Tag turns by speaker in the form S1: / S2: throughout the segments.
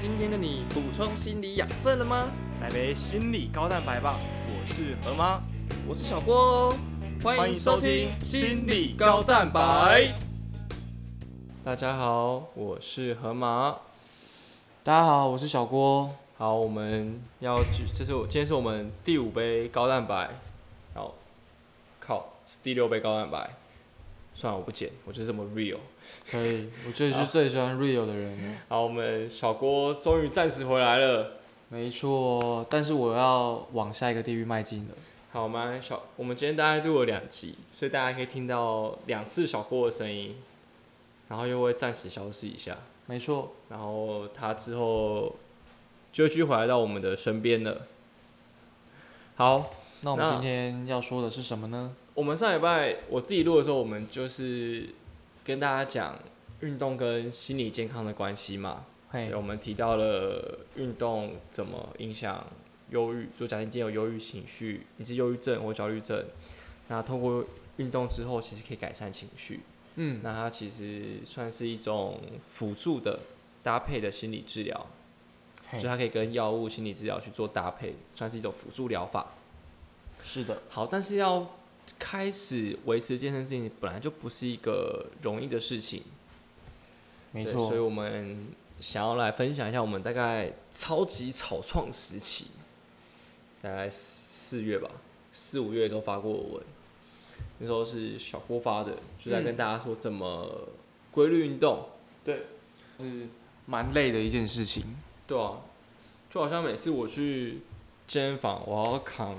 S1: 听的你补充心理养分了吗？
S2: 来杯心理高蛋白吧！我是何妈，
S1: 我是小郭哦，欢迎收听《心理高蛋白》。
S2: 大家好，我是河马。
S1: 大家好，我是小郭。
S2: 好，我们要举，这是我今天是我们第五杯高蛋白，然后靠是第六杯高蛋白。算了，我不剪，我就是这么 real。
S1: 可以，我就是最喜欢 real 的人了。
S2: 好，我们小郭终于暂时回来了。
S1: 没错，但是我要往下一个地狱迈进了。
S2: 好，我们小我们今天大概录了两集，所以大家可以听到两次小郭的声音，然后又会暂时消失一下。
S1: 没错，
S2: 然后他之后就会继续回来到我们的身边了。好，
S1: 那我们
S2: 那
S1: 今天要说的是什么呢？
S2: 我们上礼拜我自己录的时候，我们就是跟大家讲运动跟心理健康的关系嘛。
S1: 嘿
S2: 对，我们提到了运动怎么影响忧郁，就假定今天有忧郁情绪，你是忧郁症或焦虑症，那通过运动之后，其实可以改善情绪。
S1: 嗯，
S2: 那它其实算是一种辅助的搭配的心理治疗。所以
S1: 嘿，
S2: 它可以跟药物、心理治疗去做搭配，算是一种辅助疗法。
S1: 是的，
S2: 好，但是要开始维持健身事情，本来就不是一个容易的事情，
S1: 没
S2: 对
S1: 错
S2: 所以。我们想要来分享一下我们大概超级草创时期，大概四四月吧，四五月的时候发过文，那时候是小郭发的，就在跟大家说怎么规律运动。
S1: 蛮累的一件事情。
S2: 对啊，就好像每次我去健身房，我要扛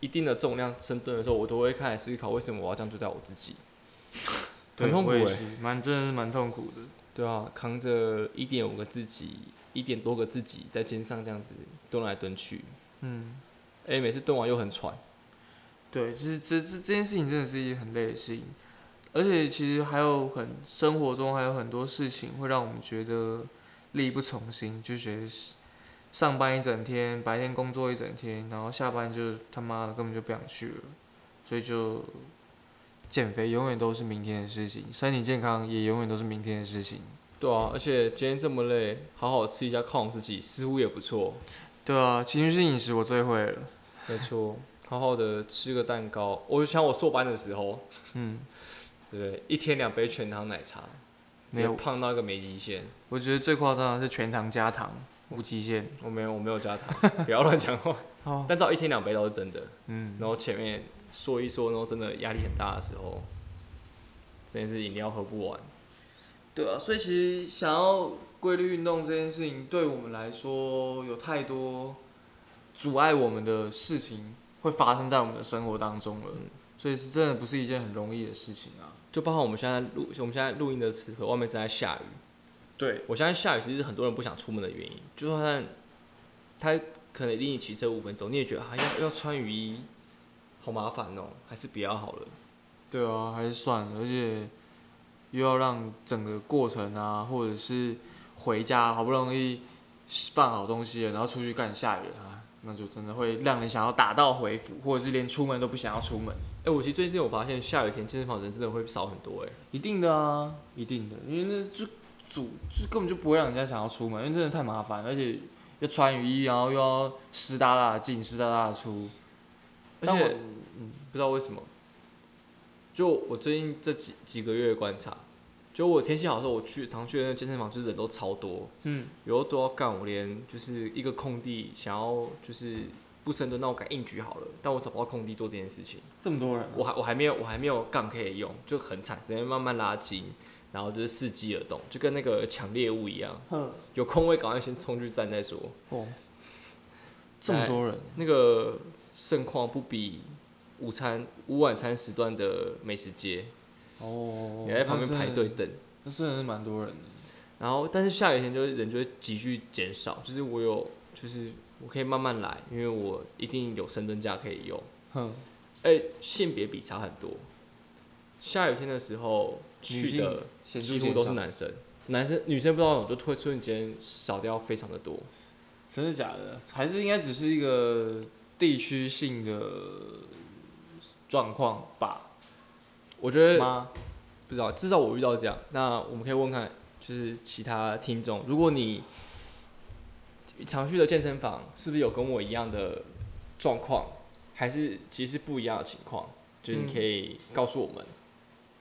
S2: 一定的重量深蹲的时候，我都会开始思考为什么我要这样对待我自 己。很痛苦
S1: 对我也
S2: 欸
S1: 是蛮真的是蛮痛苦的。
S2: 对啊，扛着一点五个自己，一点多个自己在肩上这样子蹲来蹲去，
S1: 嗯，
S2: 哎、每次蹲完又很喘。
S1: 对，就是这这这件事情真的是一件很累的事情，而且其实还有很生活中还有很多事情会让我们觉得力不从心，就觉得是上班一整天，白天工作一整天，然后下班就他妈的根本就不想去了，所以就减肥永远都是明天的事情，身体健康也永远都是明天的事情。
S2: 对啊，而且今天这么累，好好吃一下犒赏自己，似乎也不错。
S1: 对啊，情绪性饮食我最会了。
S2: 没错， 好好的吃个蛋糕。我想我硕班的时候，
S1: 嗯，
S2: 对不对？一天两杯全糖奶茶，
S1: 没有
S2: 直接胖到一个没极限。
S1: 我觉得最夸张的是全糖加糖，无极限。
S2: 我没有，我没有加糖，不要乱讲话。
S1: 哦，
S2: 但照一天两杯倒是真的。
S1: 嗯，
S2: 然后前面说一说，然后真的压力很大的时候，真的是饮料喝不完。
S1: 对啊，所以其实想要规律运动这件事情，对我们来说有太多阻碍我们的事情会发生在我们的生活当中了，所以是真的不是一件很容易的事情啊。
S2: 就包括我们现在录，我们现在录音的此刻，外面正在下雨。
S1: 对，
S2: 我相信下雨其实是很多人不想出门的原因。就算他可能离你骑车五分钟，你也觉得啊要要穿雨衣，好麻烦哦，还是不要好了。
S1: 对啊，还是算了，而且又要让整个过程啊，或者是回家好不容易放好东西了，然后出去干下雨了啊，那就真的会让人想要打道回府，或者是连出门都不想要出门。
S2: 哎、我其实最近我发现下雨天健身房人真的会少很多哎、
S1: 一定的啊，一定的，因为那就主就根本就不会让人家想要出门，因为真的太麻烦，而且要穿雨衣，然后又要湿哒哒的进，湿哒哒的出。
S2: 而且
S1: 但我
S2: 不知道为什么，就我最近这几几个月的观察，就我天气好的时候，我去常去的那个健身房，就是人都超多，
S1: 嗯，
S2: 有时候多到干，我连就是一个空地想要就是不深蹲，那我改硬举好了，但我找不到空地做这件事情，
S1: 这么多人、
S2: 我还我还没有我还没有杠可以用，就很惨，只能慢慢拉筋，然后就是伺机而动，就跟那个抢猎物一样，
S1: 哼，
S2: 有空位赶快先冲去站再说。
S1: 哦，这么多人，
S2: 那个盛况不比午餐午晚餐时段的美食街，哎
S1: 哦，
S2: 你还在旁边排队
S1: 那真的，
S2: 等。
S1: 那真的是蛮多人的。
S2: 然后，但是下雨天就是人就会急剧减少，就是我有，就是我可以慢慢来，因为我一定有深蹲架可以用。
S1: 哼，
S2: 哎、性别比差很多，下雨天的时候
S1: 女
S2: 去
S1: 性
S2: 的
S1: 显著
S2: 几乎都是
S1: 减少，
S2: 男生，男生女生不知道怎么就会瞬间少掉非常的多。
S1: 真的假的？还是应该只是一个地区性的状况吧？
S2: 我觉得
S1: 吗？
S2: 不知道，至少我遇到这样。那我们可以问看就是其他听众，如果你常去的健身房是不是有跟我一样的状况，还是其实不一样的情况，就是
S1: 嗯
S2: 你可以告诉我们。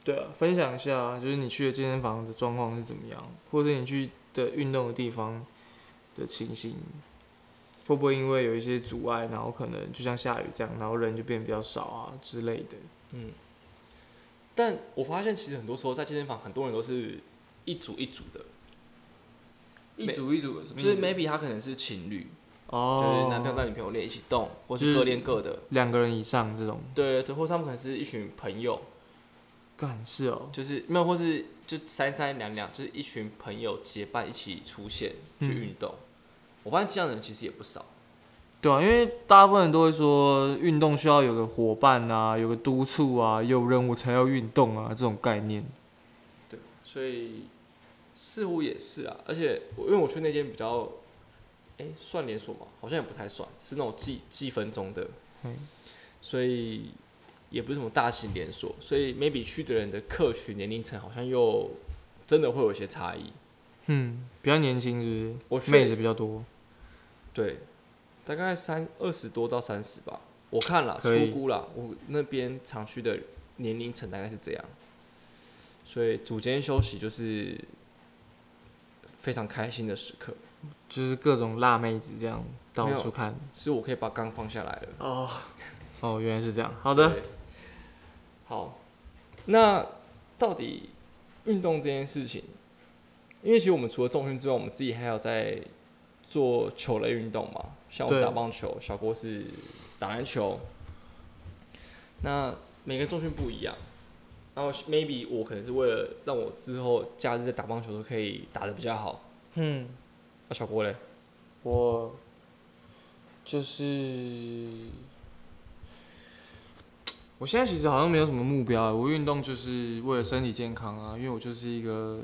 S1: 对啊，分享一下，就是你去的健身房的状况是怎么样，或者你去的运动的地方的情形，会不会因为有一些阻碍，然后可能就像下雨这样，然后人就变得比较少啊之类的。
S2: 但我发现其实很多时候在健身房，很多人都是一组一组的，
S1: 一组一组
S2: 就是 maybe 他可能是情侣，就是
S1: 嗯哦，
S2: 男朋友带女朋友练一起动，或
S1: 就是是
S2: 各练各的。
S1: 两个人以上这种，
S2: 对对，或者他们可能是一群朋友，
S1: 干是哦，
S2: 就是没有，或是就三三两两，就是一群朋友结伴一起出现去运动。我发现这样的人其实也不少，
S1: 对啊，因为大部分人都会说运动需要有个伙伴啊，有个督促啊，有人我才要运动啊这种概念。
S2: 对，所以似乎也是啊。而且我因为我去那间比较，哎、算连锁嘛，好像也不太算，是那种计计分钟的，
S1: 嗯
S2: 所以也不是什么大型连锁，所以 maybe 去的人的客群年龄层好像又真的会有一些差异。
S1: 嗯，比较年轻是
S2: 我
S1: 不
S2: 去
S1: 是？妹子比较多。
S2: 对，大概三二十多到三十吧，我看了
S1: 可以
S2: 出估了，我那边常去的年龄层大概是这样，所以组间休息就是非常开心的时刻，
S1: 就是各种辣妹子这样到
S2: 没有
S1: 处看。
S2: 是我可以把杠放下来了。
S1: 哦，哦，原来是这样。好的，
S2: 对，好，那到底运动这件事情，因为其实我们除了重训之外，我们自己还有在做球类运动嘛，像我是
S1: 对
S2: 打棒球，小郭是打篮球。那每个人重训不一样，然后 maybe 我可能是为了让我之后假日在打棒球都可以打得比较好。
S1: 嗯，
S2: 那、小郭嘞，
S1: 我就是，我现在其实好像没有什么目标啊，我运动就是为了身体健康啊，因为我就是一个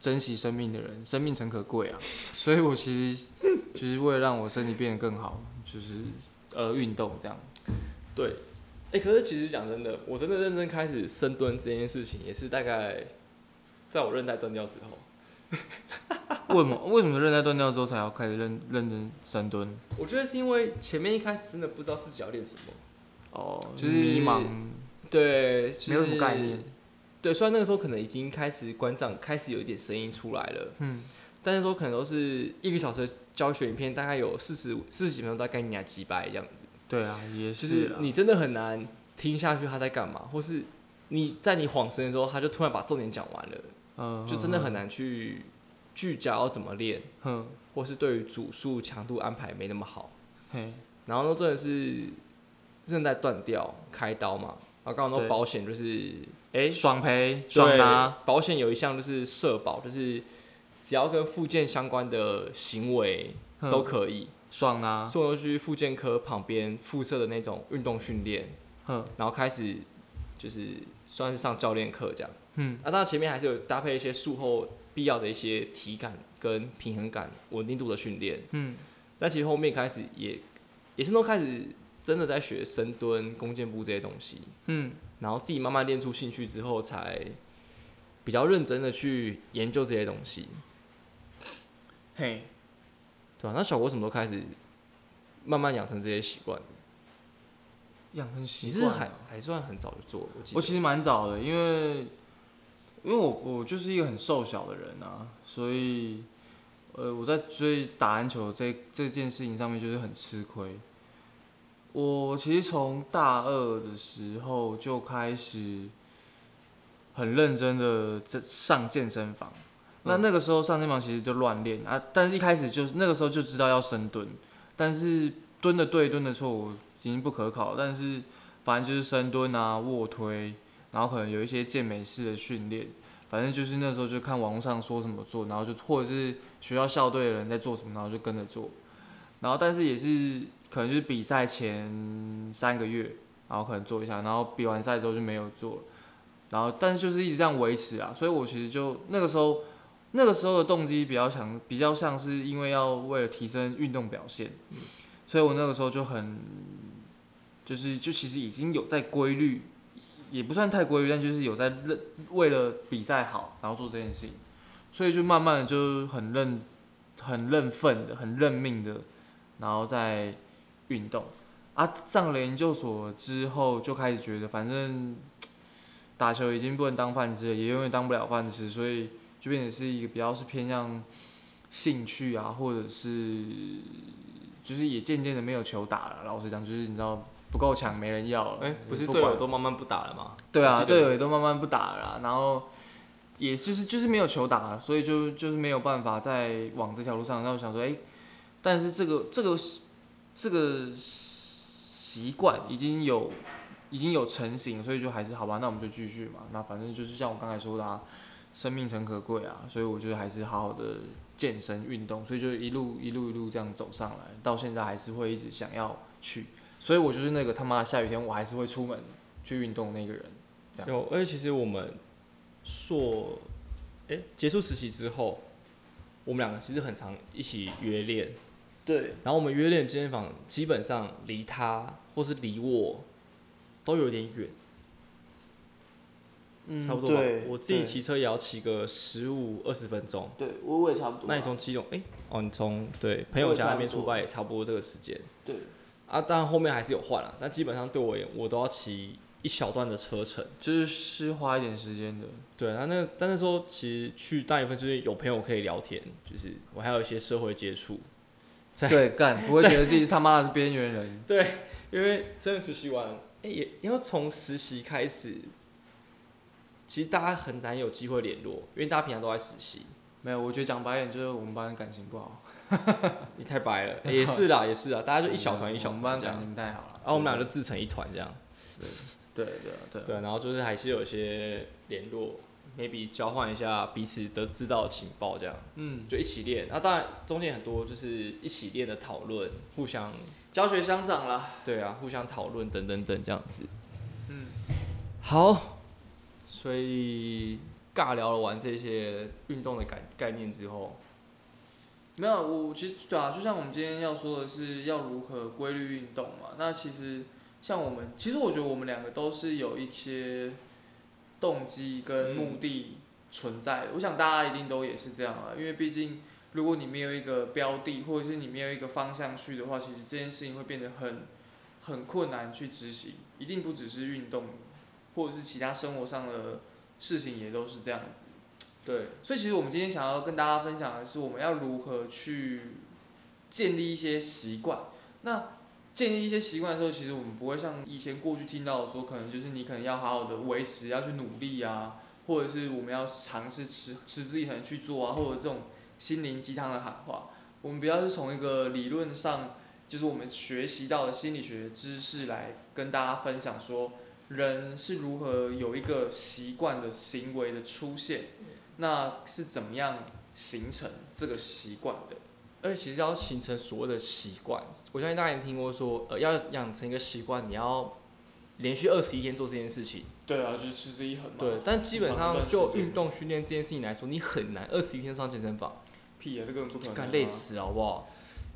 S1: 珍惜生命的人，生命诚可贵啊，所以我其实就是为了让我身体变得更好，就是呃运动这样。
S2: 对，哎、可是其实讲真的，我真的认真开始深蹲这件事情，也是大概在我韧带断掉之后，
S1: 为什么为什么韧带断掉之后才要开始认认真深蹲？
S2: 我觉得是因为前面一开始真的不知道自己要练什么，
S1: 哦，
S2: 就是
S1: 迷茫，
S2: 对，
S1: 没有什么概念。。
S2: 对，虽然那个时候可能已经开始馆长开始有一点声音出来了，
S1: 嗯，
S2: 但是说可能都是一个小时的教学影片，大概有四十四十几分钟，大概你俩几百这样子，
S1: 对啊，也
S2: 就是是
S1: 啊
S2: 你真的很难听下去他在干嘛，或是你在你恍神的时候，他就突然把重点讲完了，
S1: 嗯，
S2: 就真的很难去聚焦怎么练，
S1: 哼，
S2: 或是对于组数强度安排没那么好。
S1: 嘿，
S2: 然后真的是韧带断掉，开刀嘛。然后刚刚
S1: 对
S2: 说
S1: 啊
S2: 保险就是，哎、
S1: 爽赔爽
S2: 对，
S1: 拿，
S2: 保险有一项就是社保，就是只要跟附件相关的行为
S1: 哼
S2: 都可以。
S1: 爽拿，
S2: 送过去附件科旁边附设的那种运动训练，
S1: 哼，
S2: 然后开始就是算是上教练课这样。
S1: 嗯，
S2: 啊，当然前面还是有搭配一些术后必要的一些体感跟平衡感、稳定度的训练。
S1: 嗯，
S2: 但其实后面开始也也是都开始真的在学深蹲、弓箭步这些东西，
S1: 嗯，
S2: 然后自己慢慢练出兴趣之后，才比较认真的去研究这些东西，
S1: 嘿，
S2: 对啊吧、那小郭什么时候开始慢慢养成这些习惯？
S1: 养成
S2: 你
S1: 习
S2: 是
S1: 惯
S2: 还
S1: 了。
S2: 还算很早就做了，我记
S1: 我
S2: 得。
S1: 其实蛮早的，因为因为我我就是一个很瘦小的人啊，所以呃我在追打篮球这这件事情上面就是很吃亏。我其实从大二的时候就开始很认真的在上健身房。那
S2: 嗯
S1: 那个时候上健身房其实就乱练啊，但是一开始就是那个时候就知道要深蹲，但是蹲的对蹲的错我已经不可考，但是反正就是深蹲啊、卧推，然后可能有一些健美式的训练，反正就是那时候就看网络上说什么做，然后就或者是学校校队的人在做什么，然后就跟着做，然后但是也是可能就是比赛前三个月，然后可能做一下，然后比完赛之后就没有做了，然后但是就是一直这样维持啊，所以我其实就那个时候。那个时候的动机比较强，比较像是因为要为了提升运动表现，所以我那个时候就很，就是就其实已经有在规律，也不算太规律，但就是有在认为了比赛好，然后做这件事情，所以就慢慢的就很认、很认份的、很认命的，然后再运动。啊，上了研究所之后，就开始觉得反正打球已经不能当饭吃了，也永远当不了饭吃，所以就变成是一个比较是偏向兴趣啊，或者是就是也渐渐的没有球打了。老实讲，就是你知道不够强，没人要了。
S2: 哎、不是
S1: 不
S2: 队
S1: 管
S2: 友都慢慢不打了吗？
S1: 对
S2: 我
S1: 啊，
S2: 记得
S1: 队友也都慢慢不打了啦然后也就是就是没有球打了，所以就就是没有办法再往这条路上。那我想说，哎、但是这个这个这个习惯已经有已经有成型，所以就还是好吧，那我们就继续嘛。那反正就是像我刚才说的、啊，生命诚可贵啊，所以我就还是好好的健身运动，所以就一路一路一路这样走上来，到现在还是会一直想要去。所以我就是那个他妈下雨天我还是会出门去运动那个人。这
S2: 有，而且其实我们硕，哎、结束实习之后，我们两个其实很常一起约练，
S1: 对，
S2: 然后我们约练健身房基本上离他或是离我都有点远，
S1: 嗯
S2: 差不多吧。我自己骑车也要骑个十五二十分钟。
S1: 对，我我也差不啊
S2: 那你从基隆，哎、哦，你从对朋友家那边出发也差不多这个时间
S1: 对，
S2: 啊。当然后面还是有换了、但基本上对我而言，我都要骑一小段的车程。
S1: 就是是花一点时间的。
S2: 对，然后那但那时候其实去大一份就是有朋友可以聊天，就是我还有一些社会接触，在
S1: 对，干不会觉得自己是他妈的是边缘人。
S2: 对，因为真的实习完，哎、也因为从实习开始，其实大家很难有机会联络，因为大家平常都在实习。
S1: 没有，我觉得讲白一点就是我们班感情不好，
S2: 你太白了，也是啦，也是啦，大家就一小团一
S1: 我
S2: 小
S1: 们
S2: 团
S1: 班
S2: 这样
S1: 感，情不太好了。
S2: 然后我们俩就自成一团这样。
S1: 对对啊对啊，
S2: 对，然后就是还是有一些联络，maybe 交换一下彼此得知到的情报这样。
S1: 嗯，
S2: 就一起练。那当然中间很多就是一起练的讨论，互相
S1: 教学相长啦。
S2: 对啊，互相讨论等等等这样子。
S1: 嗯，
S2: 好，所以尬聊了完这些运动的概概念之后，
S1: 没有，我其实对啊，就像我们今天要说的是要如何规律运动嘛。那其实像我们，其实我觉得我们两个都是有一些动机跟目的存在的。我想大家一定都也是这样啊，因为毕竟如果你没有一个标的，或者是你没有一个方向去的话，其实这件事情会变得很很困难去执行。一定不只是运动，或者是其他生活上的事情也都是这样子。
S2: 对，
S1: 所以其实我们今天想要跟大家分享的是，我们要如何去建立一些习惯。那建立一些习惯的时候，其实我们不会像以前过去听到的说，可能就是你可能要好好的维持，要去努力啊，或者是我们要尝试持持之以恒去做啊，或者这种心灵鸡汤的喊话。我们不要是从一个理论上，就是我们学习到的心理学知识来跟大家分享说，人是如何有一个习惯的行为的出现。那是怎么样形成这个习惯的？
S2: 而且其实要形成所谓的习惯，我相信大家也听过说，呃，要养成一个习惯，你要连续二十一天做这件事情。
S1: 对啊，就是持之以恒嘛。
S2: 对，，但基本
S1: 长一
S2: 上
S1: 段
S2: 就
S1: 时间
S2: 运动训练这件事情来说，你很难二十一天上健身房。
S1: 屁啊，这根本不可能、
S2: 干
S1: 啊。
S2: 累死了好不好？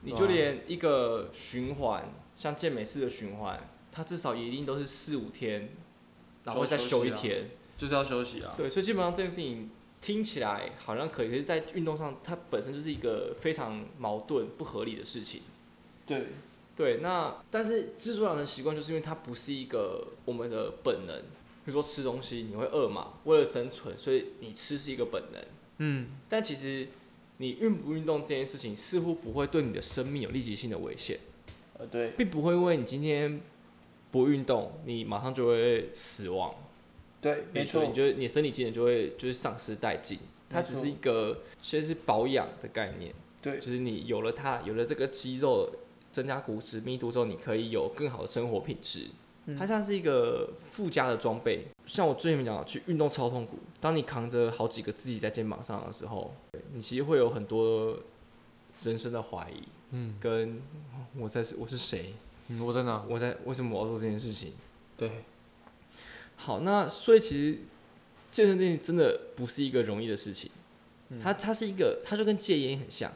S2: 你就连一个循环，像健美式的循环，它至少也一定都是四五天，然后再休一
S1: 就休息
S2: 天。
S1: 就是要休息啊。
S2: 对，所以基本上这件事情听起来好像可以，可是，在运动上它本身就是一个非常矛盾、不合理的事情。
S1: 对
S2: 对，那但是制作养成习惯，就是因为它不是一个我们的本能。比如说吃东西，你会饿嘛？为了生存，所以你吃是一个本能。
S1: 嗯，
S2: 但其实你运不运动这件事情，似乎不会对你的生命有立即性的危险。
S1: 呃，对，
S2: 并不会因为你今天不运动，你马上就会死亡。
S1: 对，没
S2: 你
S1: 错，
S2: 就你的身体机能就会就是丧失殆尽。它
S1: 没
S2: 只
S1: 错
S2: 是一个先是保养的概念，
S1: 对
S2: 就是你有了它，有了这个肌肉增加骨质密度之后，你可以有更好的生活品质。
S1: 嗯
S2: 它像是一个附加的装备，像我最前面讲的，去运动超痛苦。当你扛着好几个自己在肩膀上的时候，你其实会有很多人生的怀疑，
S1: 嗯
S2: 跟哦我在是我是谁，
S1: 嗯，我在哪？
S2: 我在为什么我要做这件事情？
S1: 对，
S2: 好，那所以其实健身这件事真的不是一个容易的事情，
S1: 嗯
S2: 它它是一个，它就跟戒烟很像，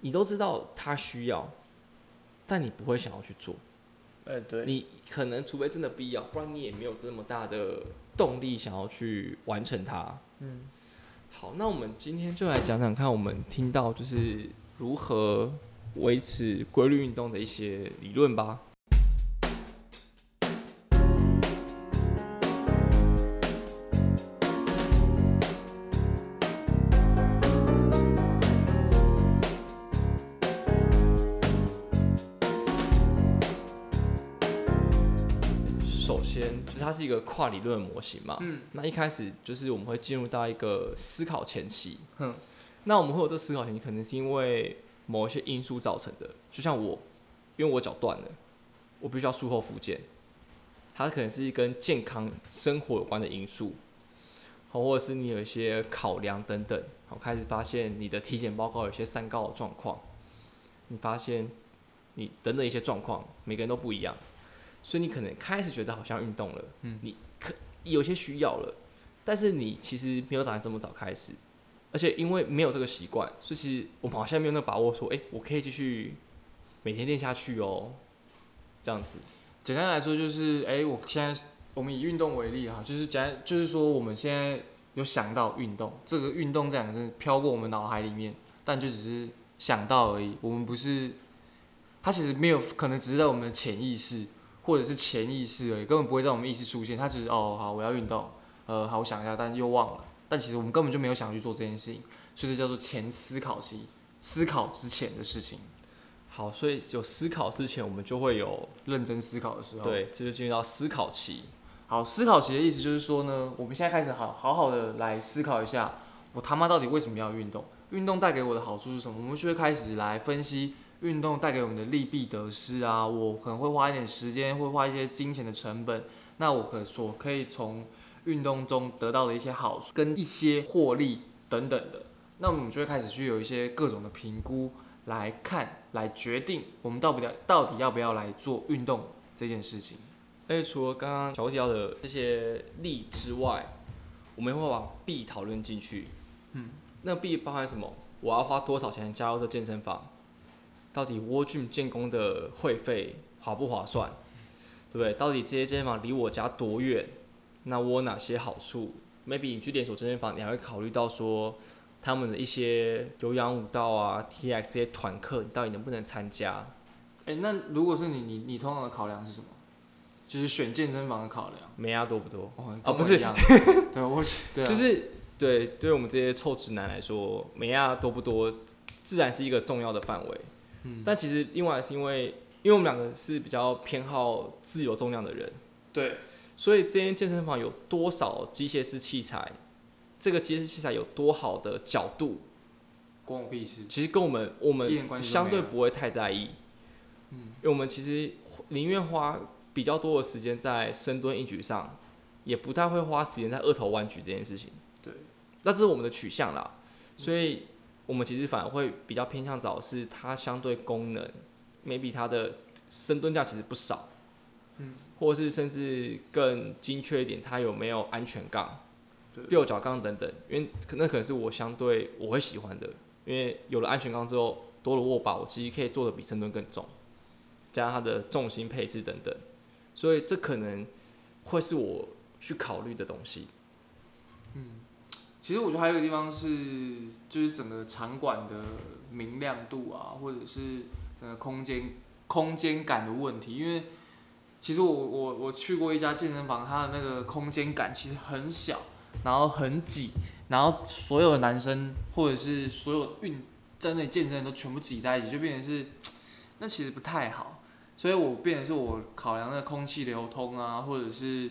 S2: 你都知道它需要，但你不会想要去做，
S1: 哎、对，
S2: 你可能除非真的必要，不然你也没有这么大的动力想要去完成它。
S1: 嗯，
S2: 好，那我们今天就来讲讲看，我们听到就是如何维持规律运动的一些理论吧。首先，就是它是一个跨理论的模型嘛。
S1: 嗯
S2: 那一开始就是我们会进入到一个思考前期。
S1: 哼，
S2: 那我们会有这思考前期，可能是因为某一些因素造成的。就像我，因为我脚断了，我必须要术后复健，它可能是跟健康生活有关的因素，好，或者是你有一些考量等等。好，开始发现你的体检报告有一些三高的状况，你发现你等等一些状况，每个人都不一样，所以你可能开始觉得好像运动了，
S1: 嗯
S2: 你可有些需要了，但是你其实没有打算这么早开始，而且因为没有这个习惯，所以其实我们好像没有那个把握说，哎、我可以继续每天练下去哦，这样子，
S1: 简单来说就是，哎、我现在我们以运动为例哈，就是简单，就是说我们现在有想到运动，这个运动这两个字飘过我们脑海里面，但就只是想到而已，我们不是，它其实没有，可能只是在我们的潜意识或者是潜意识而已，根本不会在我们意识出现，它只是哦好我要运动，呃好我想一下，但又忘了，但其实我们根本就没有想去做这件事情，所以这叫做前思考期，思考之前的事情，
S2: 好，所以有思考之前，我们就会有
S1: 认真思考的时候。
S2: 对，这就进入到思考期。
S1: 好，思考期的意思就是说呢，我们现在开始好好好的来思考一下，我他妈到底为什么要运动？运动带给我的好处是什么？我们就会开始来分析运动带给我们的利弊得失啊。我可能会花一点时间，会花一些金钱的成本，那我可所可以从运动中得到的一些好处，跟一些获利等等的，那我们就会开始去有一些各种的评估来看，来决定我们到不了到底要不要来做运动这件事情。
S2: 而且除了刚刚小提到的这些利之外，我们会把弊讨论进去。
S1: 嗯，
S2: 那弊包含什么？我要花多少钱加入这健身房？到底蜗郡建工的会费划不划算？对不对？到底这些健身房离我家多远？那我有哪些好处？maybe 你去连锁健身房，你还会考虑到说他们的一些有氧舞蹈啊、TX 这些团课，你到底能不能参加？
S1: 哎、那如果是你，你你通常的考量是什么？就是选健身房的考量。
S2: 美亚多不多？
S1: 哦
S2: 啊不是，
S1: 跟我一样对，我是对啊、
S2: 就是对对我们这些臭直男来说，美亚多不多，自然是一个重要的范围。
S1: 嗯
S2: 但其实另外是因为，因为我们两个是比较偏好自由重量的人，
S1: 对，
S2: 所以这间健身房有多少机械式器材，这个机械式器材有多好的角度，
S1: 关我屁事。
S2: 其实跟我们我
S1: 一点关
S2: 们
S1: 系都
S2: 相
S1: 没有
S2: 对不会太在意，
S1: 嗯，
S2: 因为我们其实宁愿花比较多的时间在深蹲硬举上，也不太会花时间在二头弯举这件事情。
S1: 对，
S2: 那这是我们的取向啦，所以我们其实反而会比较偏向找的是它相对功能，maybe 它的深蹲架其实不少，
S1: 嗯，
S2: 或者是甚至更精确一点，它有没有安全杠
S1: 对、
S2: 六角杠等等，因为可那可能是我相对我会喜欢的，因为有了安全杠之后，多了握把，我其实可以做的比深蹲更重，加上它的重心配置等等，所以这可能会是我去考虑的东西。
S1: 其实我觉得还有一个地方是，就是整个场馆的明亮度啊，或者是整个空间空间感的问题。因为其实我我我去过一家健身房，它的那个空间感其实很小，然后很挤，然后所有的男生或者是所有运在那里健身的人都全部挤在一起，就变成是那其实不太好。所以我变成是我考量那个空气流通啊，或者是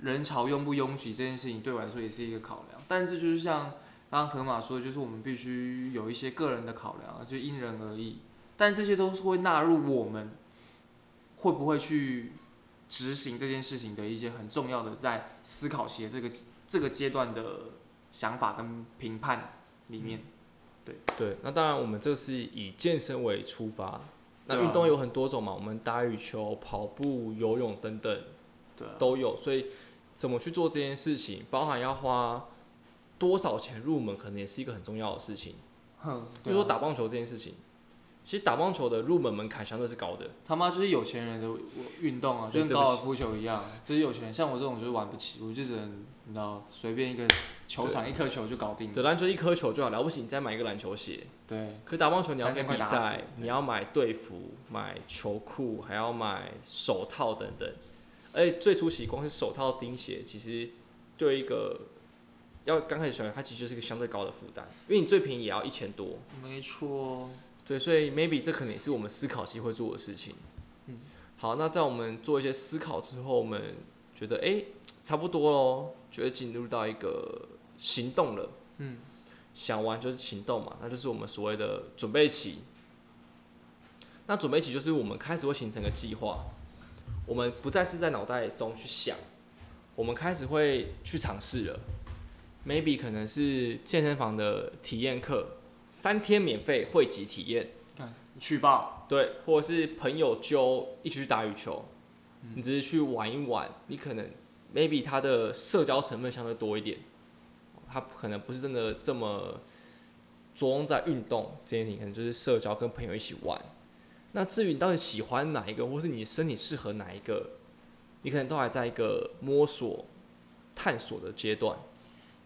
S1: 人潮拥不拥挤这件事情对我来说也是一个考量，但这就是像刚刚河马说的，就是我们必须有一些个人的考量啊，就因人而异。但这些都是会纳入我们会不会去执行这件事情的一些很重要的在思考期的这个这个阶段的想法跟评判里面。
S2: 对，那当然我们这是以健身为出发，那
S1: 对啊
S2: 运动有很多种嘛，我们打羽球、跑步、游泳等等
S1: 对啊，
S2: 都有，所以怎么去做这件事情，包含要花多少钱入门，可能也是一个很重要的事情。
S1: 哼，
S2: 嗯比
S1: 对
S2: 如说
S1: 啊，
S2: 打棒球这件事情，其实打棒球的入门门槛相对是高的，
S1: 他妈就是有钱人的运动啊，就
S2: 对
S1: 跟
S2: 对不起
S1: 高尔夫球一样，就是有钱人。像我这种就是玩不起，我就只能你知道随便一个球场一颗球就搞定。
S2: 对，篮球一颗球就好，了不起你再买一个篮球鞋。
S1: 对，
S2: 可打棒球你要
S1: 三
S2: 跟
S1: 千块
S2: 比
S1: 打死
S2: 赛
S1: 对，
S2: 你要买队服、买球裤，还要买手套等等。而且最初期光是手套、钉鞋，其实对一个要刚开始学的，它其实就是一个相对高的负担，因为你最便宜也要一千多。
S1: 没错。
S2: 对，所以 maybe 这可能也是我们思考期会做的事情。
S1: 嗯，
S2: 好，那在我们做一些思考之后，我们觉得哎、诶差不多咯，觉得进入到一个行动了。
S1: 嗯，
S2: 想玩就是行动嘛，那就是我们所谓的准备期。那准备期就是我们开始会形成一个计划，我们不再是在脑袋中去想，我们开始会去尝试了。maybe 可能是健身房的体验课，三天免费汇集体验，
S1: 看去吧，
S2: 对，或者是朋友揪一起去打羽球，你只是去玩一玩，你可能 maybe 它的社交成分相对多一点，它可能不是真的这么着重在运动这件事情，可能就是社交跟朋友一起玩。那至于你到底喜欢哪一个，或是你身体适合哪一个，你可能都还在一个摸索、探索的阶段。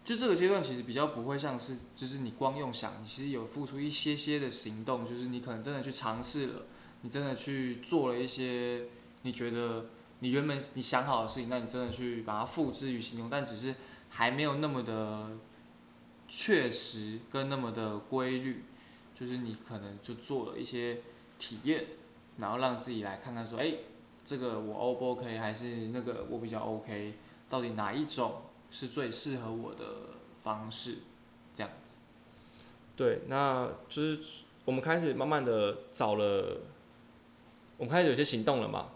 S1: 就这个阶段其实比较不会像是，就是你光用想，你其实有付出一些些的行动，就是你可能真的去尝试了，你真的去做了一些你觉得你原本你想好的事情，那你真的去把它付之于行动，但只是还没有那么的确实跟那么的规律，就是你可能就做了一些体验，然后让自己来看看说，哎、这个我 O 不 OK，还是那个我比较 OK，到底哪一种？是最适合我的方式，这样子。
S2: 对，那就是我们开始慢慢的找了，我们开始有些行动了嘛，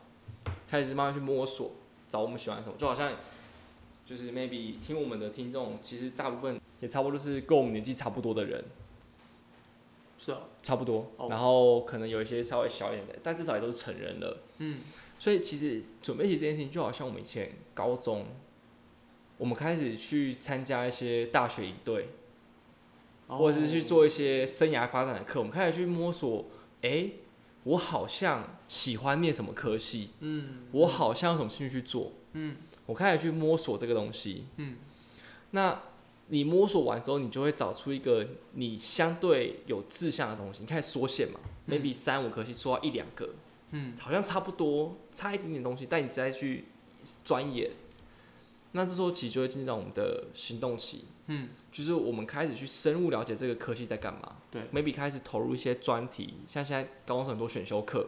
S2: 开始慢慢去摸索，找我们喜欢什么，就好像就是 maybe 听我们的听众，其实大部分也差不多就是跟我们年纪差不多的人，
S1: 是哦，
S2: 差不多，
S1: 哦
S2: 然后可能有一些稍微小一点的，但至少也都是成人了。
S1: 嗯，
S2: 所以其实准备期这件事情，就好像我们以前高中，我们开始去参加一些大学营队，
S1: 哦
S2: 或者是去做一些生涯发展的课，我们开始去摸索，哎、我好像喜欢念什么科系，
S1: 嗯，
S2: 我好像有什么兴趣去做，
S1: 嗯，
S2: 我开始去摸索这个东西，
S1: 嗯，
S2: 那你摸索完之后，你就会找出一个你相对有志向的东西，你开始缩线嘛、m a y b e 三五科系缩到一两个，
S1: 嗯，
S2: 好像差不多，差一点点东西，但你再去钻研，那这时候其实就会进入到我们的行动期，
S1: 嗯，
S2: 就是我们开始去深入了解这个科系在干嘛，
S1: 对
S2: ，maybe 开始投入一些专题，像现在高中很多选修课，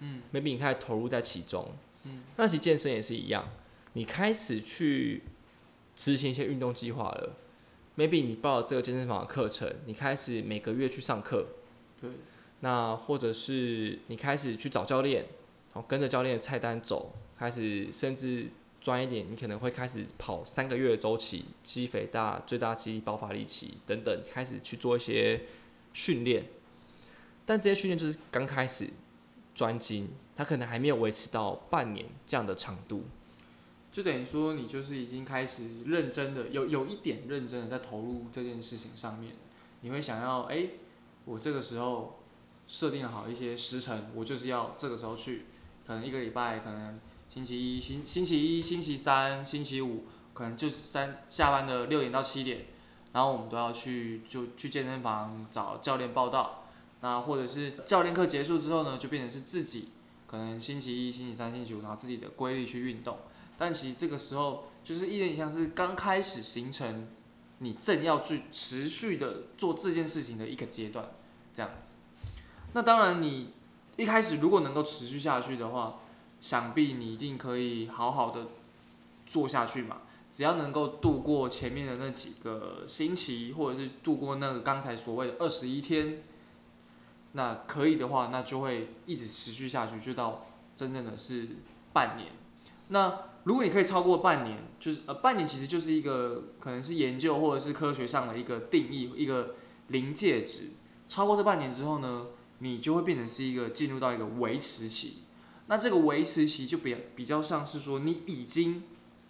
S1: 嗯
S2: ，maybe 你开始投入在其中，
S1: 嗯，
S2: 那其实健身也是一样，你开始去执行一些运动计划了，maybe 你报了这个健身房的课程，你开始每个月去上课，
S1: 对，
S2: 那或者是你开始去找教练，然后跟着教练的菜单走，开始甚至专一点，你可能会开始跑三个月的周期，肌肥大、最大肌力、爆发力期等等，开始去做一些训练。但这些训练就是刚开始专精，他可能还没有维持到半年这样的长度。
S1: 就等于说你就是已经开始认真的，有有一点认真的在投入这件事情上面，你会想要，哎、我这个时候设定好一些时辰，我就是要这个时候去，可能一个礼拜，可能星期一、星星期一、星期三、星期五，可能就是三下班的六点到七点，然后我们都要去就去健身房找教练报道，那或者是教练课结束之后呢，就变成是自己可能星期一、星期三、星期五，然后自己的规律去运动，但其实这个时候就是一点像是刚开始形成你正要去持续的做这件事情的一个阶段，这样子。那当然，你一开始如果能够持续下去的话，想必你一定可以好好的做下去嘛。只要能够度过前面的那几个星期，或者是度过那个刚才所谓的二十一天，那可以的话，那就会一直持续下去，就到真正的是半年。那如果你可以超过半年，就是呃，半年其实就是一个可能是研究或者是科学上的一个定义，一个临界值。超过这半年之后呢，你就会变成是一个进入到一个维持期。那这个维持期就比比较像是说，你已经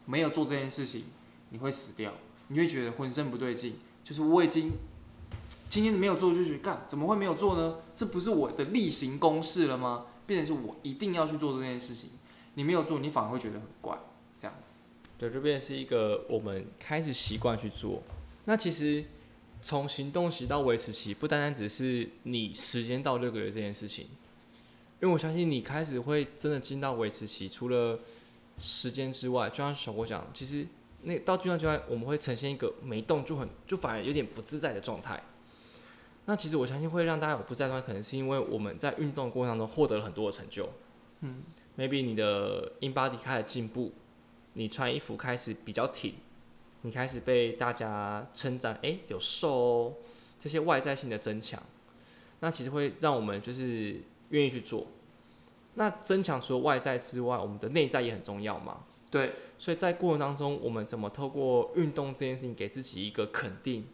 S1: 没有做这件事情，你会死掉，你会觉得浑身不对劲，就是我已经今天没有做就觉得干，怎么会没有做呢？这不是我的例行公事了吗？变成是我一定要去做这件事情，你没有做，你反而会觉得很怪，这样子。
S2: 对，这边是一个我们开始习惯去做。那其实从行动期到维持期，不单单只是你时间到六个月这件事情，因为我相信你开始会真的进到维持期，除了时间之外，就像小郭讲，其实那到阶段阶段，我们会呈现一个没动就很就反而有点不自在的状态。那其实我相信会让大家有不自在的状态，可能是因为我们在运动过程当中获得了很多的成就，
S1: 嗯
S2: ，maybe 你的 in body 开始进步，你穿衣服开始比较挺，你开始被大家称赞，诶，有瘦哦，这些外在性的增强，那其实会让我们就是愿意去做。那增强除了外在之外，我们的内在也很重要嘛。
S1: 对，
S2: 所以在过程当中，我们怎么透过运动这件事情给自己一个肯定，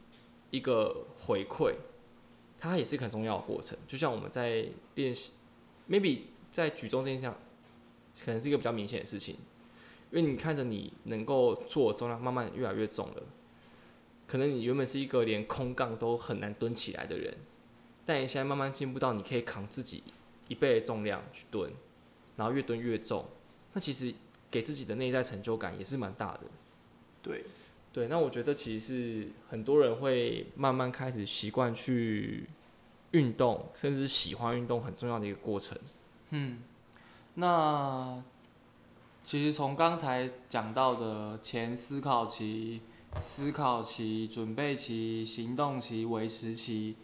S2: 一个回馈，它也是一个很重要的过程。就像我们在练习，maybe 在举重这件事上，可能是一个比较明显的事情，因为你看着你能够做的重量慢慢越来越重了，可能你原本是一个连空杠都很难蹲起来的人，但你现在慢慢进步到你可以扛自己一倍的重量去蹲，然后越蹲越重，那其实给自己的内在成就感也是蛮大的。
S1: 对，
S2: 对，那我觉得其实是很多人会慢慢开始习惯去运动，甚至是喜欢运动很重要的一个过程。
S1: 嗯，那其实从刚才讲到的前思考期、思考期、准备期、行动期、维持期，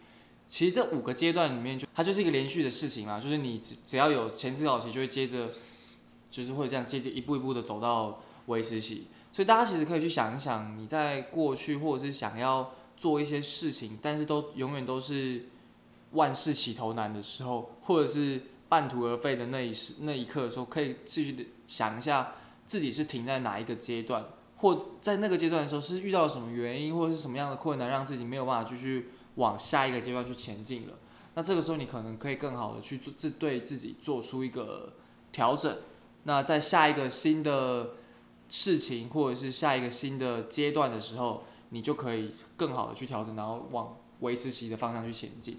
S1: 其实这五个阶段里面就，它就是一个连续的事情啦。就是你只只要有前思考期，就会接着，就是会这样接着一步一步的走到维持期。所以大家其实可以去想一想，你在过去或者是想要做一些事情，但是都永远都是万事起头难的时候，或者是半途而废的那一时那一刻的时候，可以继续的想一下自己是停在哪一个阶段，或在那个阶段的时候是遇到了什么原因，或者是什么样的困难，让自己没有办法继续往下一个阶段去前进了。那这个时候你可能可以更好的去做，自对自己做出一个调整。那在下一个新的事情或者是下一个新的阶段的时候，你就可以更好的去调整，然后往维持期的方向去前进。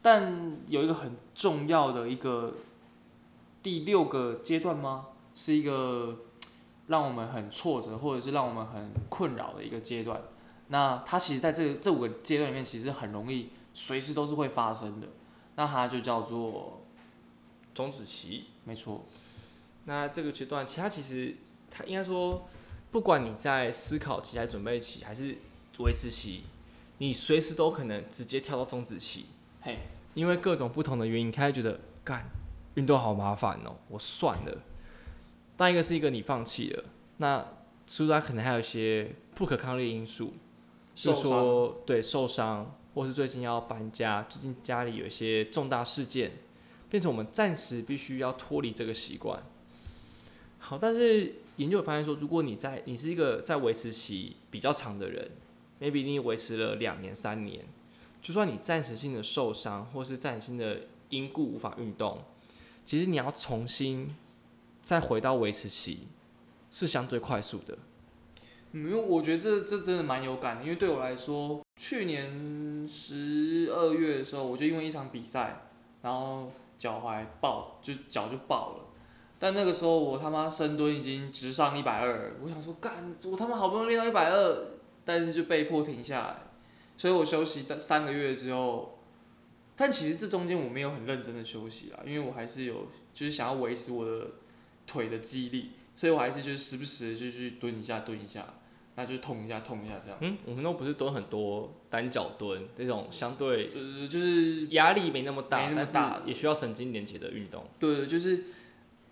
S1: 但有一个很重要的一个第六个阶段吗？是一个让我们很挫折，或者是让我们很困扰的一个阶段。那它其实在这个这五个阶段里面，其实很容易随时都是会发生的。那它就叫做，
S2: 终止期，
S1: 没错，
S2: 那这个阶段，其实它其实它应该说，不管你在思考期、还是准备期，还是维持期，你随时都可能直接跳到终止期。
S1: 嘿，
S2: 因为各种不同的原因，你开始觉得干运动好麻烦哦，我算了。但一个是一个你放弃了，那除此之外可能还有一些不可抗力因素，就
S1: 受
S2: 是
S1: 伤，
S2: 说对受伤，或是最近要搬家，最近家里有一些重大事件，变成我们暂时必须要脱离这个习惯。好，但是研究发现说，如果你在你是一个在维持期比较长的人，maybe 你维持了两年三年，就算你暂时性的受伤或是暂时性的因故无法运动，其实你要重新再回到维持期是相对快速的。
S1: 嗯，因为我觉得这这真的蛮有感的，因为对我来说，去年十二月的时候，我就因为一场比赛，然后脚踝爆，就脚就爆了。但那个时候我他妈深蹲已经直上一百二，我想说干，我他妈好不容易练到一百二，但是就被迫停下来，所以我休息的三个月之后，但其实这中间我没有很认真的休息啊啦，因为我还是有就是想要维持我的腿的肌力，所以我还是就是时不时地就去蹲一下蹲一下，那就痛一下痛一下这样，
S2: 嗯，我们都不是蹲很多单脚蹲这种相对
S1: 就是就是
S2: 压力没那么大，
S1: 没那么
S2: 但是
S1: 大
S2: 也需要神经连接的运动。
S1: 对，就是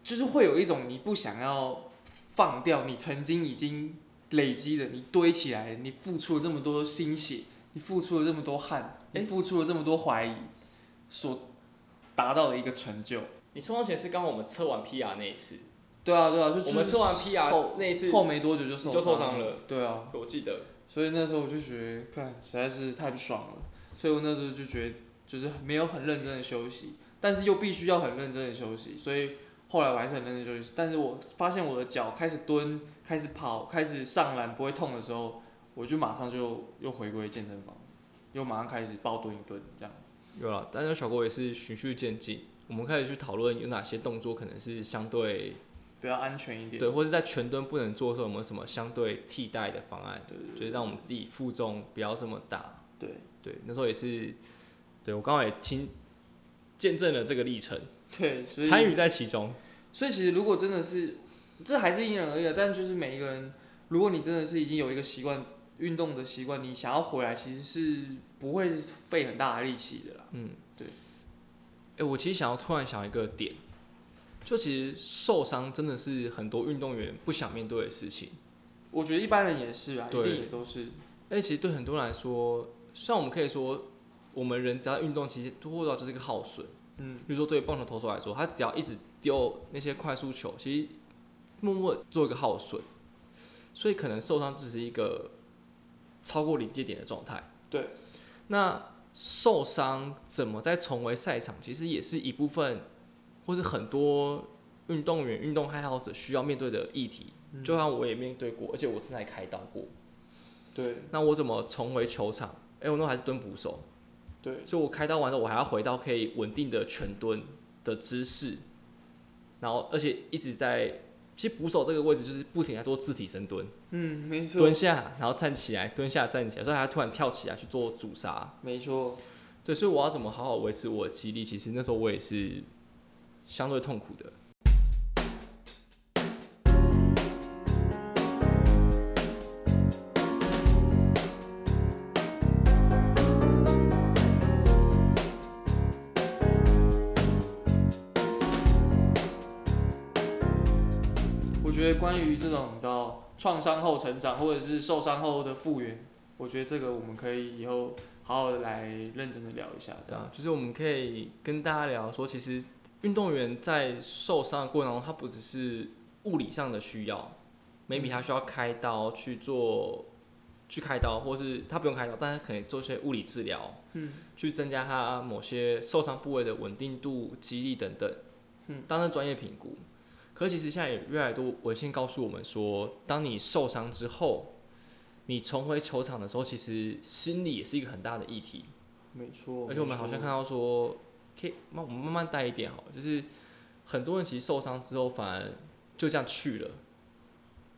S1: 就是会有一种你不想要放掉你曾经已经累积的，你堆起来，你付出了这么多心血，你付出了这么多汗，你
S2: 诶
S1: 付出了这么多怀疑，所达到的一个成就。
S2: 你冲浪前是刚好我们测完 PR 那一次，
S1: 对啊，对啊，就
S2: 我们测完
S1: 后
S2: PR 那一次
S1: 后没多久就受
S2: 就受
S1: 伤
S2: 伤了，
S1: 对啊，
S2: 我记得。
S1: 所以那时候我就觉得，看实在是太不爽了，所以我那时候就觉得就是没有很认真的休息，但是又必须要很认真的休息，所以后来我还是很认真地休息，但是我发现我的脚开始蹲、开始跑、开始上篮不会痛的时候，我就马上就又回归健身房，又马上开始爆蹲一蹲这样。
S2: 有了，但是小郭也是循序渐进，我们开始去讨论有哪些动作可能是相对
S1: 比较安全一点。
S2: 对，或者在全蹲不能做的时候，有没有什么相对替代的方案？
S1: 对
S2: 就是让我们自己负重不要这么大。
S1: 对
S2: 对，那时候也是，对我刚好也亲见证了这个历程，
S1: 对，所以
S2: 参与在其中。
S1: 所以其实如果真的是，这还是因人而异的，但就是每一个人，如果你真的是已经有一个习惯运动的习惯，你想要回来，其实是不会费很大的力气的啦。
S2: 哎、我其实想要突然想一个点，就其实受伤真的是很多运动员不想面对的事情。
S1: 我觉得一般人也是啊，一
S2: 对
S1: 定也都是。
S2: 但其实对很多人来说，虽然我们可以说，我们人只要运动，其实多或少就是个耗损。
S1: 嗯，
S2: 比如说对棒球投手来说，他只要一直丢那些快速球，其实默默地做一个耗损，所以可能受伤只是一个超过临界点的状态。
S1: 对，
S2: 那受伤怎么再重回赛场，其实也是一部分，或是很多运动员、运动爱好者需要面对的议题。
S1: 嗯
S2: 就像我也面对过，而且我是在开刀过。
S1: 对
S2: 那我怎么重回球场？哎、我那时候还是蹲捕手，
S1: 对
S2: 所以我开刀完之后，我还要回到可以稳定的全蹲的姿势，然后而且一直在，其实捕手这个位置就是不停在做自体深蹲，
S1: 嗯，没错
S2: 蹲，下，然后站起来，蹲下站起来，所以还要突然跳起来去做阻杀。
S1: 没错，
S2: 对，所以我要怎么好好维持我的肌力？其实那时候我也是相对痛苦的。
S1: 我觉得关于这种你知道创伤后成长或者是受伤后的复原，我觉得这个我们可以以后好好的来认真的聊一下，这
S2: 对
S1: 样。
S2: 啊，就是我们可以跟大家聊说，其实运动员在受伤的过程中，他不只是物理上的需要，maybe
S1: 嗯
S2: 他需要开刀去做，去开刀，或是他不用开刀，但他可以做一些物理治疗，
S1: 嗯，
S2: 去增加他某些受伤部位的稳定度、肌力等等，
S1: 嗯，
S2: 当成专业评估。可其实现在也越来越多文献告诉我们说，当你受伤之后，你重回球场的时候，其实心理也是一个很大的议题。
S1: 没错，
S2: 而且我们好像看到说，可以，慢我们慢慢带一点好了，就是很多人其实受伤之后反而就这样去了，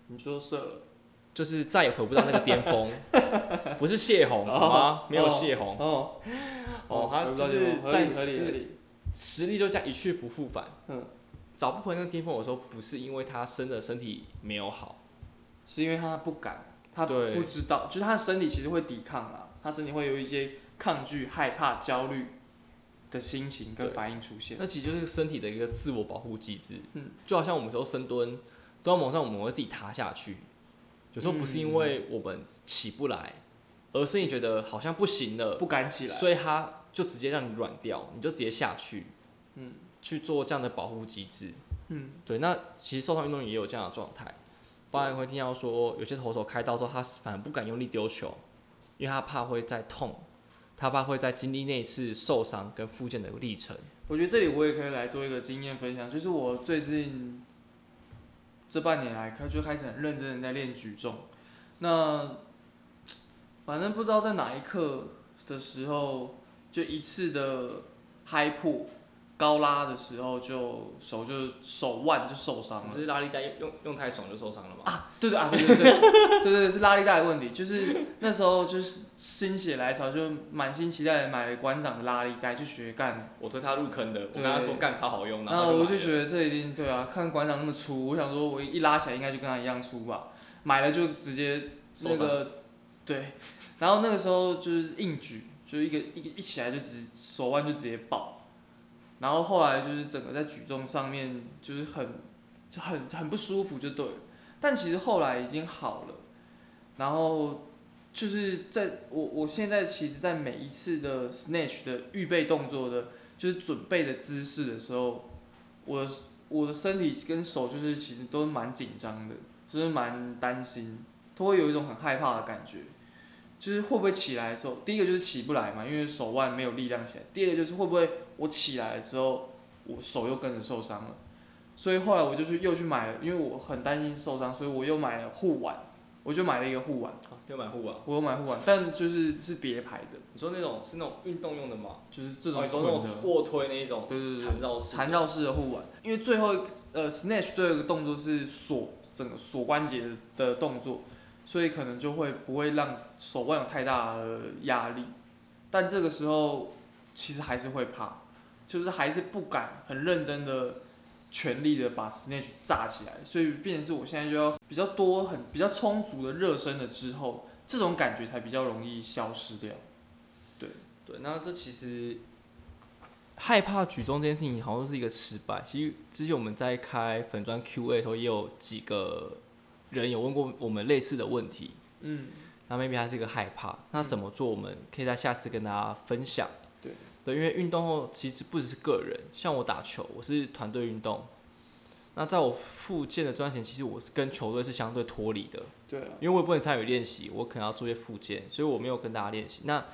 S1: 你说射了
S2: 就是再也回不到那个巅 峰，不是泄洪好吗？没有泄洪，
S1: 哦
S2: 哦他
S1: 回不到
S2: 就是
S1: 地方合
S2: 在
S1: 理合理
S2: 就是
S1: 合理，
S2: 实力就这样一去不复返。
S1: 嗯，
S2: 找不回那个巅峰的时候，不是因为他真的身体没有好，
S1: 是因为他不敢，他
S2: 对
S1: 不知道，就是他的身体其实会抵抗啦，他身体会有一些抗拒、害怕、焦虑的心情跟
S2: 对
S1: 反应出现。
S2: 那其实就是身体的一个自我保护机制。
S1: 嗯，
S2: 就好像我们说深蹲，蹲到某上我们会自己塌下去，有时候不是因
S1: 嗯
S2: 为我们起不来，而是你觉得好像不行了，
S1: 不敢起来，
S2: 所以它就直接让你软掉，你就直接下去，
S1: 嗯，
S2: 去做这样的保护机制。
S1: 嗯，
S2: 对，那其实受伤运动员也有这样的状态，包含会听到说有些投手开刀之后，他反而不敢用力丢球，因为他怕会再痛，他怕会再经历那一次受伤跟复健的历程。
S1: 我觉得这里我也可以来做一个经验分享，就是我最近这半年来开就开始很认真的在练举重，那反正不知道在哪一刻的时候，就一次的嗨破高拉的时候就手就手腕就受伤了
S2: 就。是拉力带用用用太爽就受伤了嘛？啊，
S1: 对对啊，对对 对对对对，是拉力带的问题。就是那时候就是心血来潮，就满心期待的买了馆长的拉力带去学干。
S2: 我推他入坑的，我
S1: 对
S2: 跟他说干超好用，
S1: 然
S2: 后
S1: 后我就
S2: 得
S1: 觉得这一定对啊，看馆长那么粗，我想说我一拉起来应该就跟他一样粗吧。买了就直接那
S2: 受
S1: 个对，然后那个时候就是硬举，就一个一个一起来就直手腕就直接爆，然后后来就是整个在举重上面就是很就很很不舒服就对了，但其实后来已经好了，然后就是在我我现在其实，在每一次的 snatch 的预备动作的，就是准备的姿势的时候，我的我的身体跟手就是其实都蛮紧张的，就是蛮担心，都会有一种很害怕的感觉。就是会不会起来的时候，第一个就是起不来嘛，因为手腕没有力量起来；第二个就是会不会我起来的时候，我手又跟着受伤了。所以后来我就去又去买了，因为我很担心受伤，所以我又买了护腕，我就买了一个护腕，
S2: 啊，要买护腕。
S1: 我有买护腕，但就是是别牌的，
S2: 你说那种是那种运动用的吗？
S1: 就是
S2: 这
S1: 这种
S2: 哦你说
S1: 纯
S2: 那
S1: 的
S2: 种卧推那一种，
S1: 对对对
S2: 缠绕式
S1: 缠绕式的护腕，因为最后一个呃 snatch 最后一个动作是锁整个锁关节的动作，所以可能就会不会让手腕有太大的压力，但这个时候其实还是会怕，就是还是不敢很认真的全力的把 snatch 炸起来，所以变成是我现在就要比较多很比较充足的热身了之后，这种感觉才比较容易消失掉。
S2: 对，那这其实害怕举重这件事情好像是一个失败。其实之前我们在开粉砖 Q&A 的时候，也有几个人有问过我们类似的问题。
S1: 嗯，
S2: 那 maybe 他是一个害怕，那怎么做？我们可以在下次跟大家分享。
S1: 对，
S2: 对，因为运动后其实不只是个人，像我打球，我是团队运动。那在我复健的专前，其实我是跟球队是相对脱离的。
S1: 对啊，
S2: 因为我也不能参与练习，我可能要做一些附件，所以我没有跟大家练习。那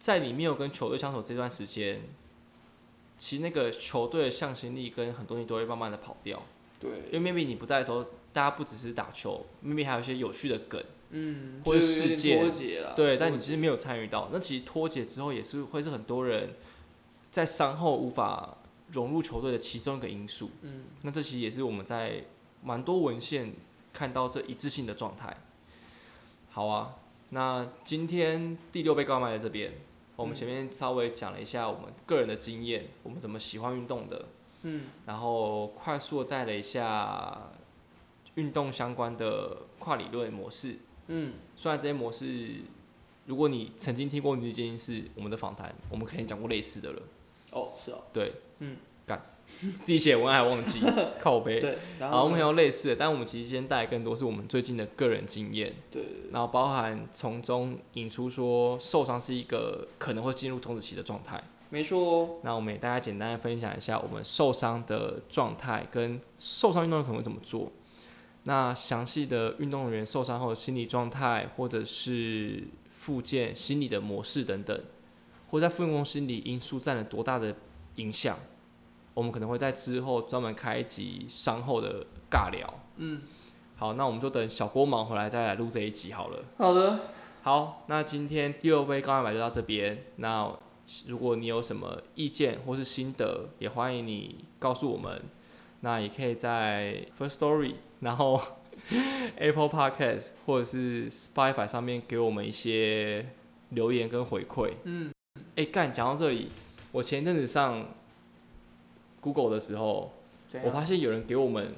S2: 在你没有跟球队相处这段时间，其实那个球队的向心力跟很多东西都会慢慢的跑掉。
S1: 对，啊
S2: 因为 maybe 你不在的时候，大家不只是打球，maybe 还有一些有趣的梗，
S1: 嗯，
S2: 或者
S1: 就是有点
S2: 世界
S1: 脱节了。
S2: 对，但你其实没有参与到。那其实脱节之后，也是会是很多人在伤后无法融入球队的其中一个因素。
S1: 嗯，
S2: 那这其实也是我们在蛮多文献看到这一致性的状态。好啊，那今天第六杯高麦在这边，我们前面稍微讲了一下我们个人的经验，我们怎么喜欢运动的，
S1: 嗯，
S2: 然后快速地带了一下运动相关的跨理论模式。
S1: 嗯，
S2: 虽然这些模式，如果你曾经听过女子健身室我们的访谈，我们肯定讲过类似的了。
S1: 哦，是哦，
S2: 对，
S1: 嗯，
S2: 干，自己写文案还忘 记，靠背。
S1: 对，然
S2: 好，我
S1: 后
S2: 们
S1: 呢
S2: 想要类似的，但我们其实今天带来更多是我们最近的个人经验，
S1: 对对
S2: 然后包含从中引出说受伤是一个可能会进入终止期的状态。
S1: 没错哦，
S2: 那我们也大家简单的分享一下我们受伤的状态跟受伤运动员可能会怎么做。那详细的运动员受伤后的心理状态，或者是复健心理的模式等等，或在复健中心理因素占了多大的影响，我们可能会在之后专门开一集伤后的尬聊。
S1: 嗯，
S2: 好，那我们就等小郭忙回来再来录这一集好了。
S1: 好的，
S2: 好，那今天第六杯高蛋白就到这边。那如果你有什么意见或是心得，也欢迎你告诉我们。那也可以在 First Story，然后 Apple Podcast 或者是 Spotify 上面给我们一些留言跟回馈。
S1: 嗯，
S2: 哎、干，讲到这里，我前一阵子上 Google 的时候，
S1: 怎
S2: 我
S1: 样？
S2: 发现有人给我们，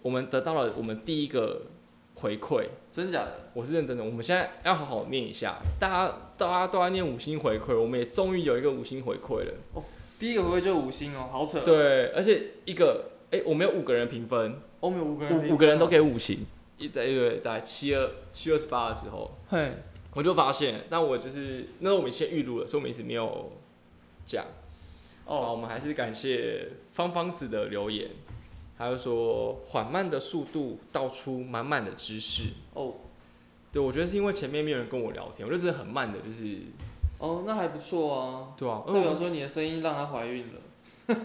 S2: 我们得到了我们第一个回馈。
S1: 真假的？
S2: 我是认真的，我们现在要好好念一下，大家大家都在念五星回馈，我们也终于有一个五星回馈了。
S1: 第一个回馈就五星哦，好扯。，
S2: 对，而且一个，哎、我们有五个人评分，
S1: 欧美哦五个人，啊
S2: 五五个人都，给五星，一对对，大概七二七二十八的时候，
S1: 啊嘿，
S2: 我就发现，但我就是那时候我们先预录了，所以我们一直没有讲。好，
S1: 哦，
S2: 我们还是感谢芳芳子的留言，还有说缓慢的速度道出满满的知识。
S1: 哦，
S2: 对，我觉得是因为前面没有人跟我聊天，我就是很慢的，就是
S1: 哦，那还不错啊，
S2: 对啊，
S1: 代
S2: 因为
S1: 表
S2: 我
S1: 说你的声音让她怀孕了。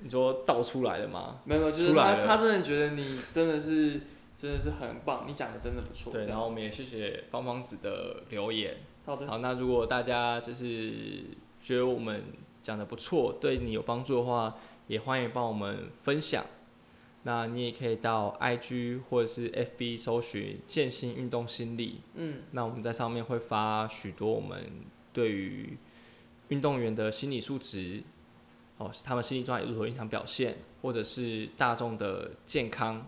S2: 你说倒出来的吗？
S1: 没有，没有就是
S2: 出来
S1: 她
S2: 了
S1: 她真的觉得你真的是真的是很棒，你讲的真的不错。
S2: 对，
S1: 这
S2: 然
S1: 样
S2: 后我们也谢谢芳芳子的留言。
S1: 好的，
S2: 好，那如果大家就是觉得我们讲的不错，对你有帮助的话，也欢迎帮我们分享。那你也可以到 IG 或者是 FB 搜寻“健心运动心理”，
S1: 嗯，
S2: 那我们在上面会发许多我们对于运动员的心理素质，哦，他们心理状态如何影响表现，或者是大众的健康，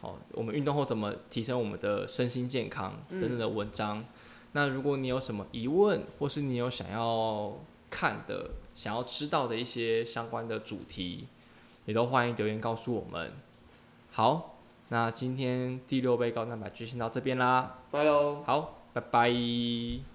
S2: 哦，我们运动后怎么提升我们的身心健康
S1: 嗯
S2: 等等的文章。那如果你有什么疑问，或是你有想要看的、想要知道的一些相关的主题，也都欢迎留言告诉我们。好，那今天第六杯高蛋白就先到这边啦。
S1: 拜喽。
S2: 好，拜拜。